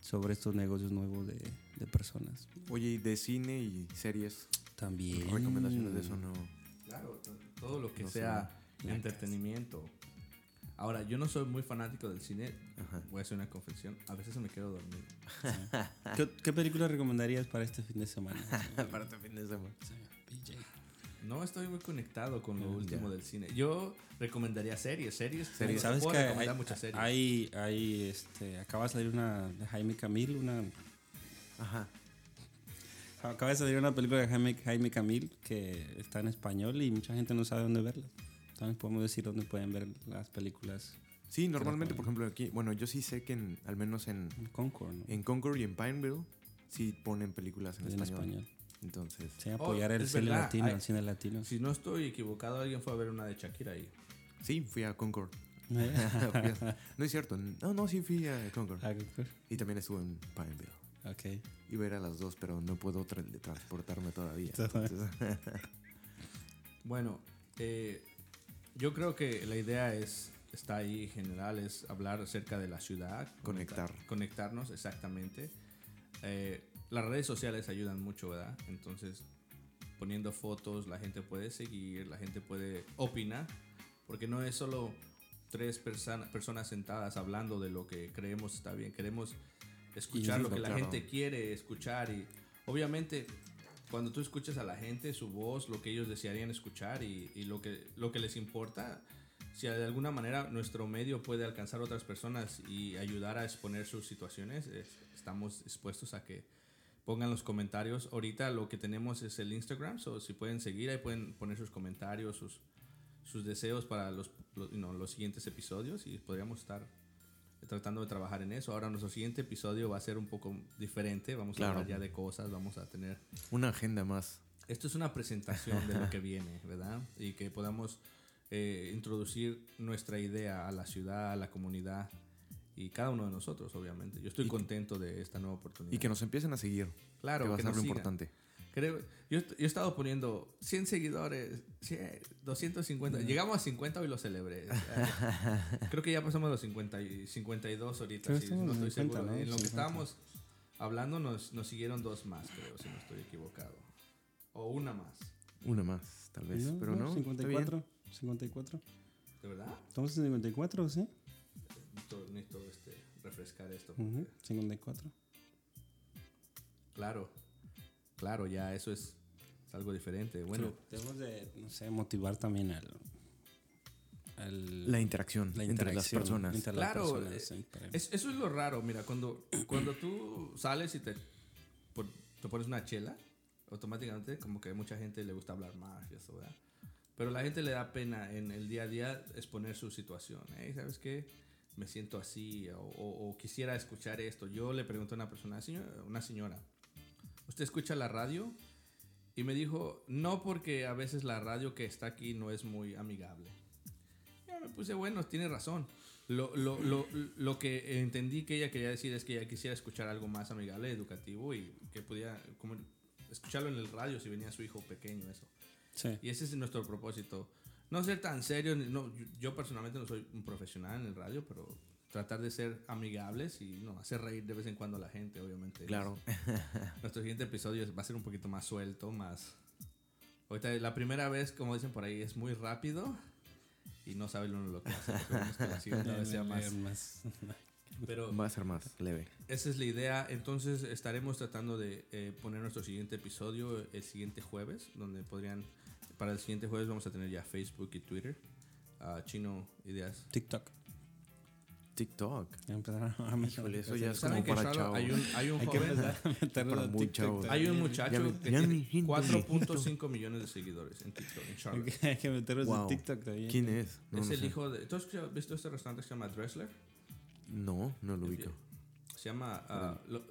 Speaker 2: sobre estos negocios nuevos de, de personas.
Speaker 3: Oye, y de cine y series,
Speaker 2: También.
Speaker 3: recomendaciones de eso no.
Speaker 1: Claro, to- todo lo que
Speaker 3: No sé,
Speaker 1: sea
Speaker 2: la
Speaker 1: entretenimiento. Ahora, yo no soy muy fanático del cine.
Speaker 3: Ajá.
Speaker 1: Voy a hacer una confesión. A veces me quedo dormido.
Speaker 2: ¿Qué, qué película recomendarías para este fin de semana?
Speaker 3: Para tu fin de semana.
Speaker 1: No estoy muy conectado con lo
Speaker 3: Mm,
Speaker 1: último
Speaker 3: ya.
Speaker 1: del cine. Yo recomendaría series, series.
Speaker 3: Series.
Speaker 1: Puedo-
Speaker 2: ¿Sabes
Speaker 1: puedo
Speaker 2: que hay,
Speaker 1: recomendar muchas series.
Speaker 2: hay, hay, este, acaba de salir una de Jaime Camil, una
Speaker 3: Ajá.
Speaker 2: Acaba de salir una película de Jaime, Jaime Camil que está en español y mucha gente no sabe dónde verla. También podemos decir dónde pueden ver las películas
Speaker 3: Sí, normalmente,
Speaker 2: recomiendo.
Speaker 3: por ejemplo, aquí, bueno, yo sí sé que en- al menos en,
Speaker 2: en Concord, ¿no?
Speaker 3: en Concord y en Pineville sí ponen películas en,
Speaker 2: en
Speaker 3: español.
Speaker 2: español.
Speaker 3: Entonces,
Speaker 2: Sí, apoyar
Speaker 1: Oh,
Speaker 2: el
Speaker 1: es
Speaker 2: cine
Speaker 1: verdad,
Speaker 2: latino,
Speaker 1: hay-
Speaker 2: el cine latino.
Speaker 1: Si no estoy equivocado, alguien fue a ver una de Shakira ahí.
Speaker 3: sí, fui a Concord.
Speaker 2: ¿Eh?
Speaker 3: Fui a- no es cierto, no, no, sí fui a Concord.
Speaker 2: Ah, Concord.
Speaker 3: Y también estuve en Pineville.
Speaker 2: Ok.
Speaker 3: Iba a ir a las dos, pero no puedo tra- transportarme todavía.
Speaker 2: Todavía.
Speaker 3: Entonces,
Speaker 1: Bueno, eh, Yo creo que la idea es, está ahí en general, es hablar acerca de la ciudad.
Speaker 3: Conectar.
Speaker 1: conectarnos, exactamente. Eh, las redes sociales ayudan mucho, ¿verdad? Entonces, poniendo fotos, la gente puede seguir, la gente puede opinar, porque no es solo tres persona- personas sentadas hablando de lo que creemos está bien, queremos escuchar
Speaker 2: Y
Speaker 1: lo que la
Speaker 3: claro.
Speaker 1: gente quiere escuchar y obviamente cuando tú escuchas a la gente, su voz, lo que ellos desearían escuchar y, y lo, que, lo que les importa, si de alguna manera nuestro medio puede alcanzar a otras personas y ayudar a exponer sus situaciones, es- estamos dispuestos a que pongan los comentarios. Ahorita lo que tenemos es el Instagram, so si pueden seguir, ahí pueden poner sus comentarios, sus, sus deseos para los, los, you know, los siguientes episodios y podríamos estar tratando de trabajar en eso. Ahora nuestro siguiente episodio va a ser un poco diferente, vamos
Speaker 3: Claro.
Speaker 1: a hablar ya de cosas, vamos a tener
Speaker 3: Una agenda más.
Speaker 1: esto es una presentación de lo que viene, ¿verdad? Y que podamos eh, introducir nuestra idea a la ciudad, a la comunidad y cada uno de nosotros, obviamente. Yo estoy contento de esta nueva oportunidad.
Speaker 3: Y que nos empiecen a seguir.
Speaker 1: claro,
Speaker 3: que va a
Speaker 1: que
Speaker 3: ser
Speaker 1: nos
Speaker 3: lo
Speaker 1: sigan.
Speaker 3: importante.
Speaker 1: Creo- yo, est- yo he estado poniendo 100 seguidores, 100, 250.
Speaker 2: Mm.
Speaker 1: Llegamos a 50 hoy lo celebré. Eh, Creo que ya pasamos los 50 y 52 ahorita,
Speaker 2: Creo
Speaker 1: sí,
Speaker 2: que estamos
Speaker 1: no estoy
Speaker 2: en 50,
Speaker 1: seguro.
Speaker 2: ¿no?
Speaker 1: En lo que
Speaker 2: 50.
Speaker 1: estábamos hablando nos, nos siguieron dos más, creo, si no estoy equivocado. O una más,
Speaker 3: Una más, tal vez.
Speaker 2: No,
Speaker 3: Pero
Speaker 2: no,
Speaker 3: no. está bien.
Speaker 2: 54. 54.
Speaker 1: ¿de verdad?
Speaker 2: Estamos en 54, ¿sí?
Speaker 1: Necesito, necesito, este, refrescar esto.
Speaker 2: Ujú, 54.
Speaker 1: Claro, claro, ya eso es, es algo diferente. Bueno,
Speaker 2: Pero debemos de, no sé, motivar también al... al-
Speaker 3: La interacción entre las
Speaker 2: interacción
Speaker 3: personas.
Speaker 2: entre las
Speaker 1: Claro,
Speaker 2: personas,
Speaker 1: eh,
Speaker 2: sí, para-
Speaker 1: es- eso es lo raro, mira, cuando, cuando tú sales y te, pon- te pones una chela, automáticamente como que a mucha gente le gusta hablar más y eso, ¿verdad? Pero la gente le da pena en el día a día exponer su situación. "Hey, ¿Sabes qué? Me siento así o, o- o quisiera escuchar esto. Yo le pregunté a una persona, "Señor- una señora, ¿usted escucha la radio? Y me dijo, no porque a veces la radio que está aquí no es muy amigable. Ya me puse, bueno, tiene razón. Lo, lo, lo, lo que entendí que ella quería decir es que ella quisiera escuchar algo más amigable, educativo y que pudiera como, escucharlo en el radio si venía su hijo pequeño, eso.
Speaker 2: sí.
Speaker 1: Y ese es nuestro propósito. No ser tan serio, ni- no, yo, yo personalmente no soy un profesional en el radio, pero tratar de ser amigables y no, hacer reír de vez en cuando a la gente, obviamente.
Speaker 3: Claro.
Speaker 1: Nuestro siguiente episodio va a ser un poquito más suelto, más... Ahorita la primera vez, como dicen por ahí, es muy rápido y no sabe el uno lo que hace. Esperemos que la siguiente vez sea más...
Speaker 2: más.
Speaker 1: Pero
Speaker 3: Va a ser más leve.
Speaker 1: esa es la idea. Entonces estaremos tratando de eh, poner nuestro siguiente episodio eh, el siguiente jueves, donde podrían... Para el siguiente jueves vamos a tener ya Facebook y Twitter. Ah, Chino, ideas.
Speaker 2: TikTok.
Speaker 3: TikTok.
Speaker 2: Ya empezaron a meter-
Speaker 3: Híjole, eso ya es
Speaker 1: ¿Saben
Speaker 3: como
Speaker 1: que
Speaker 3: para
Speaker 1: Charlotte
Speaker 3: chavos.
Speaker 1: hay un, hay un
Speaker 2: Hay que
Speaker 1: joven...
Speaker 2: empezar a meterlo
Speaker 3: Para
Speaker 2: a
Speaker 3: muy chavos.
Speaker 2: TikTok.
Speaker 1: Hay un
Speaker 3: Ya
Speaker 1: muchacho
Speaker 3: me-
Speaker 1: que
Speaker 3: ya me
Speaker 1: tiene
Speaker 3: dijiste.
Speaker 1: 4.5 millones de seguidores en TikTok, en Charlotte.
Speaker 2: Hay que meterlos
Speaker 3: Wow.
Speaker 2: en TikTok también.
Speaker 3: ¿Quién es? No,
Speaker 1: es
Speaker 3: no
Speaker 1: el
Speaker 3: sé.
Speaker 1: hijo de. ¿Tú has escuchado- visto este restaurante que se llama Dressler?
Speaker 3: No, no lo ubico.
Speaker 1: Se llama. ah, lo-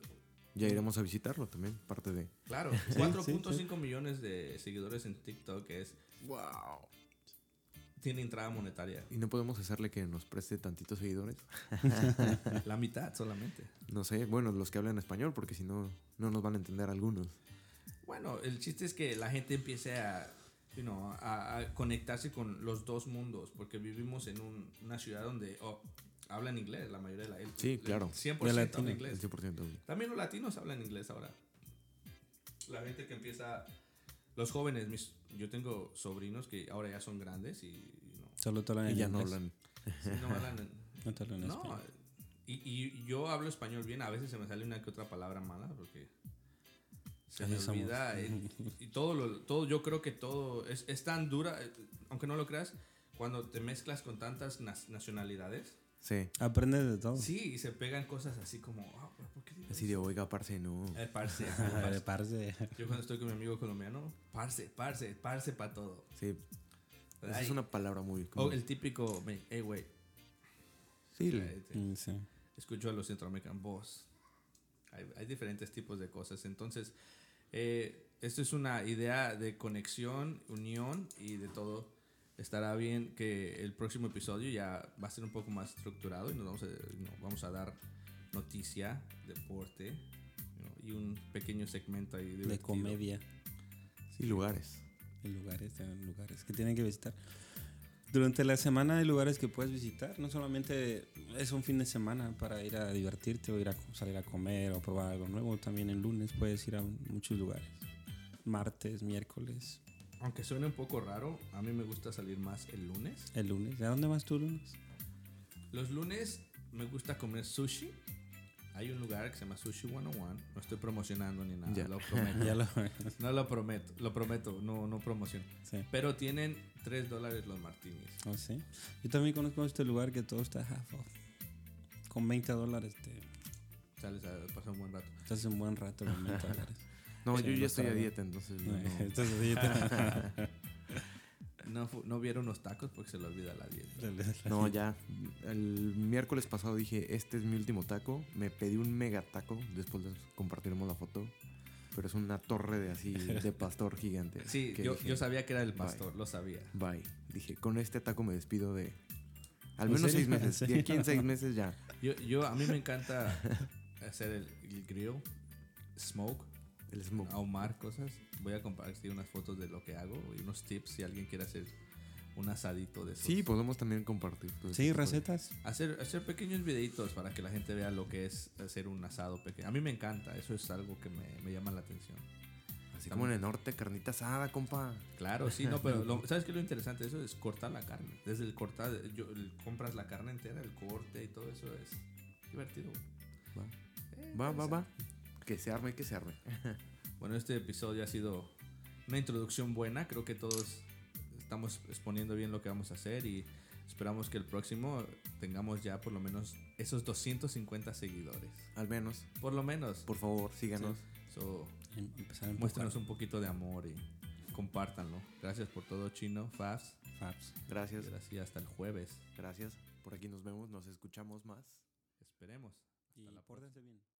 Speaker 3: Ya iremos a visitarlo también, parte de.
Speaker 1: claro,
Speaker 2: sí,
Speaker 1: 4.5 millones de seguidores en TikTok que es.
Speaker 3: Wow.
Speaker 1: Tiene entrada monetaria.
Speaker 3: Y no podemos hacerle que nos preste tantitos seguidores.
Speaker 1: La mitad solamente.
Speaker 3: No sé, bueno, los que hablan español, porque si no, no nos van a entender algunos.
Speaker 1: Bueno, el chiste es que la gente empiece a, you know, a, a conectarse con los dos mundos, porque vivimos en un- una ciudad donde oh, hablan inglés, la mayoría de la el-
Speaker 3: Sí,
Speaker 1: el
Speaker 3: claro.
Speaker 1: 100% habla
Speaker 2: De
Speaker 1: inglés.
Speaker 3: El 100%.
Speaker 1: También los latinos hablan inglés ahora. La gente que empieza, los jóvenes, mis, yo tengo sobrinos que ahora ya son grandes y, y no,
Speaker 2: Solo te hablan
Speaker 3: Y
Speaker 2: en
Speaker 3: ya no
Speaker 2: inglés.
Speaker 3: hablan.
Speaker 1: sí, no hablan. en-
Speaker 2: No te hablan en
Speaker 1: no,
Speaker 2: español.
Speaker 1: y, y yo hablo español bien, a veces se me sale una que otra palabra mala porque se me
Speaker 2: Así somos.
Speaker 1: olvida. eh, Y, todo, lo, todo, yo creo que todo es, es tan dura, eh, aunque no lo creas, cuando te mezclas con tantas nas- nacionalidades.
Speaker 3: Sí.
Speaker 2: Aprendes de todo.
Speaker 1: Sí, y se pegan cosas así como, ah, ¿por qué digo
Speaker 3: Así de, oiga, parce, no.
Speaker 1: eso?" Eh, parce,
Speaker 2: A
Speaker 1: ajá, parce.
Speaker 2: ver, parce.
Speaker 1: Yo cuando estoy con mi amigo colombiano, parce, parce, parce para todo.
Speaker 3: Sí. Esa
Speaker 1: Ay.
Speaker 3: es una palabra muy.
Speaker 1: O
Speaker 3: común.
Speaker 1: el típico, me- hey, güey.
Speaker 3: Sí, le-
Speaker 1: eh, te-
Speaker 2: Mm, Sí.
Speaker 1: Escucho a los centroamericanos, voz. Hay, hay diferentes tipos de cosas. Entonces, eh, esto es una idea de conexión, unión y de todo. Estará bien que el próximo episodio ya va a ser un poco más estructurado y nos vamos a, no, vamos a dar noticia, deporte ¿no? y un pequeño segmento ahí
Speaker 2: De
Speaker 1: divertido.
Speaker 2: comedia.
Speaker 3: sí, lugares.
Speaker 2: En lugares, en lugares que tienen que visitar. Durante la semana hay lugares que puedes visitar, no solamente es un fin de semana para ir a divertirte o ir a co- salir a comer o probar algo nuevo, también el lunes puedes ir a muchos lugares. Martes, miércoles,
Speaker 1: Aunque suene un poco raro, a mí me gusta salir más el lunes.
Speaker 2: el lunes. ¿A dónde vas tú lunes?
Speaker 1: Los lunes me gusta comer sushi. Hay un lugar que se llama Sushi 101. No estoy promocionando ni nada,
Speaker 3: Ya.
Speaker 1: lo prometo.
Speaker 2: Ya lo
Speaker 1: No lo prometo, lo prometo, no, no promociono.
Speaker 2: sí.
Speaker 1: Pero tienen 3 dólares los martinis.
Speaker 2: Oh, sí. Yo también conozco este lugar que todo está half off. Con 20 dólares te,
Speaker 1: Sales a pasar un buen rato.
Speaker 2: te hace un buen rato con 20 dólares.
Speaker 3: No,
Speaker 2: Sí,
Speaker 3: yo
Speaker 2: no
Speaker 3: ya estoy a
Speaker 2: sabe.
Speaker 3: dieta, entonces yo no.
Speaker 2: Entonces yo te-
Speaker 1: No, fu- no vieron los tacos porque se le olvida la dieta.
Speaker 3: No, ya. El miércoles pasado dije, este es mi último taco. Me pedí un mega taco. Después les compartiremos la foto. Pero es una torre de así, de pastor gigante.
Speaker 1: Sí,
Speaker 3: que
Speaker 1: yo,
Speaker 3: dije,
Speaker 1: yo sabía que era el
Speaker 3: Bye.
Speaker 1: pastor, lo sabía.
Speaker 3: Bye. Dije, con este taco me despido de... Al
Speaker 2: ¿En
Speaker 3: menos
Speaker 2: serio?
Speaker 3: seis meses.
Speaker 2: ¿En
Speaker 3: De aquí
Speaker 2: serio?
Speaker 3: en seis meses ya.
Speaker 1: Yo, yo- a mí me encanta hacer el, el grill, smoke,
Speaker 3: El smoke.
Speaker 1: ahumar cosas. Voy a compartir unas fotos de lo que hago y unos tips si alguien quiere hacer un asadito de esos.
Speaker 3: Sí, podemos también compartir. todo
Speaker 2: Sí,
Speaker 3: este tipo de-
Speaker 2: recetas.
Speaker 1: Hacer, hacer pequeños videitos para que la gente vea lo que es hacer un asado pequeño. A mí me encanta, eso es algo que me, me llama la atención.
Speaker 3: Así como en el norte, carnita asada, compa.
Speaker 1: Claro, sí, no, pero lo- ¿sabes qué es lo interesante de eso? Es cortar la carne. Desde el cortar, yo- el- compras la carne entera, el corte y todo eso es divertido.
Speaker 3: Va,
Speaker 1: Eh,
Speaker 3: va, va,
Speaker 1: puede
Speaker 3: va. Que se arme, que se arme.
Speaker 1: ser. Bueno, este episodio ha sido una introducción buena. Creo que todos estamos exponiendo bien lo que vamos a hacer y esperamos que el próximo tengamos ya por lo menos esos 250 seguidores.
Speaker 3: Al menos.
Speaker 1: Por lo menos.
Speaker 3: Por favor, síganos.
Speaker 1: So,
Speaker 2: Em, Empezar un poco
Speaker 1: muéstranos un poquito de amor y compártanlo. Gracias por todo, Chino, Fabs.
Speaker 2: Fabs.
Speaker 3: Gracias.
Speaker 1: Gracias y hasta el jueves.
Speaker 3: Gracias. Por aquí nos vemos, nos escuchamos más.
Speaker 1: Esperemos.
Speaker 2: Y
Speaker 1: la próxima.
Speaker 2: pórtense bien.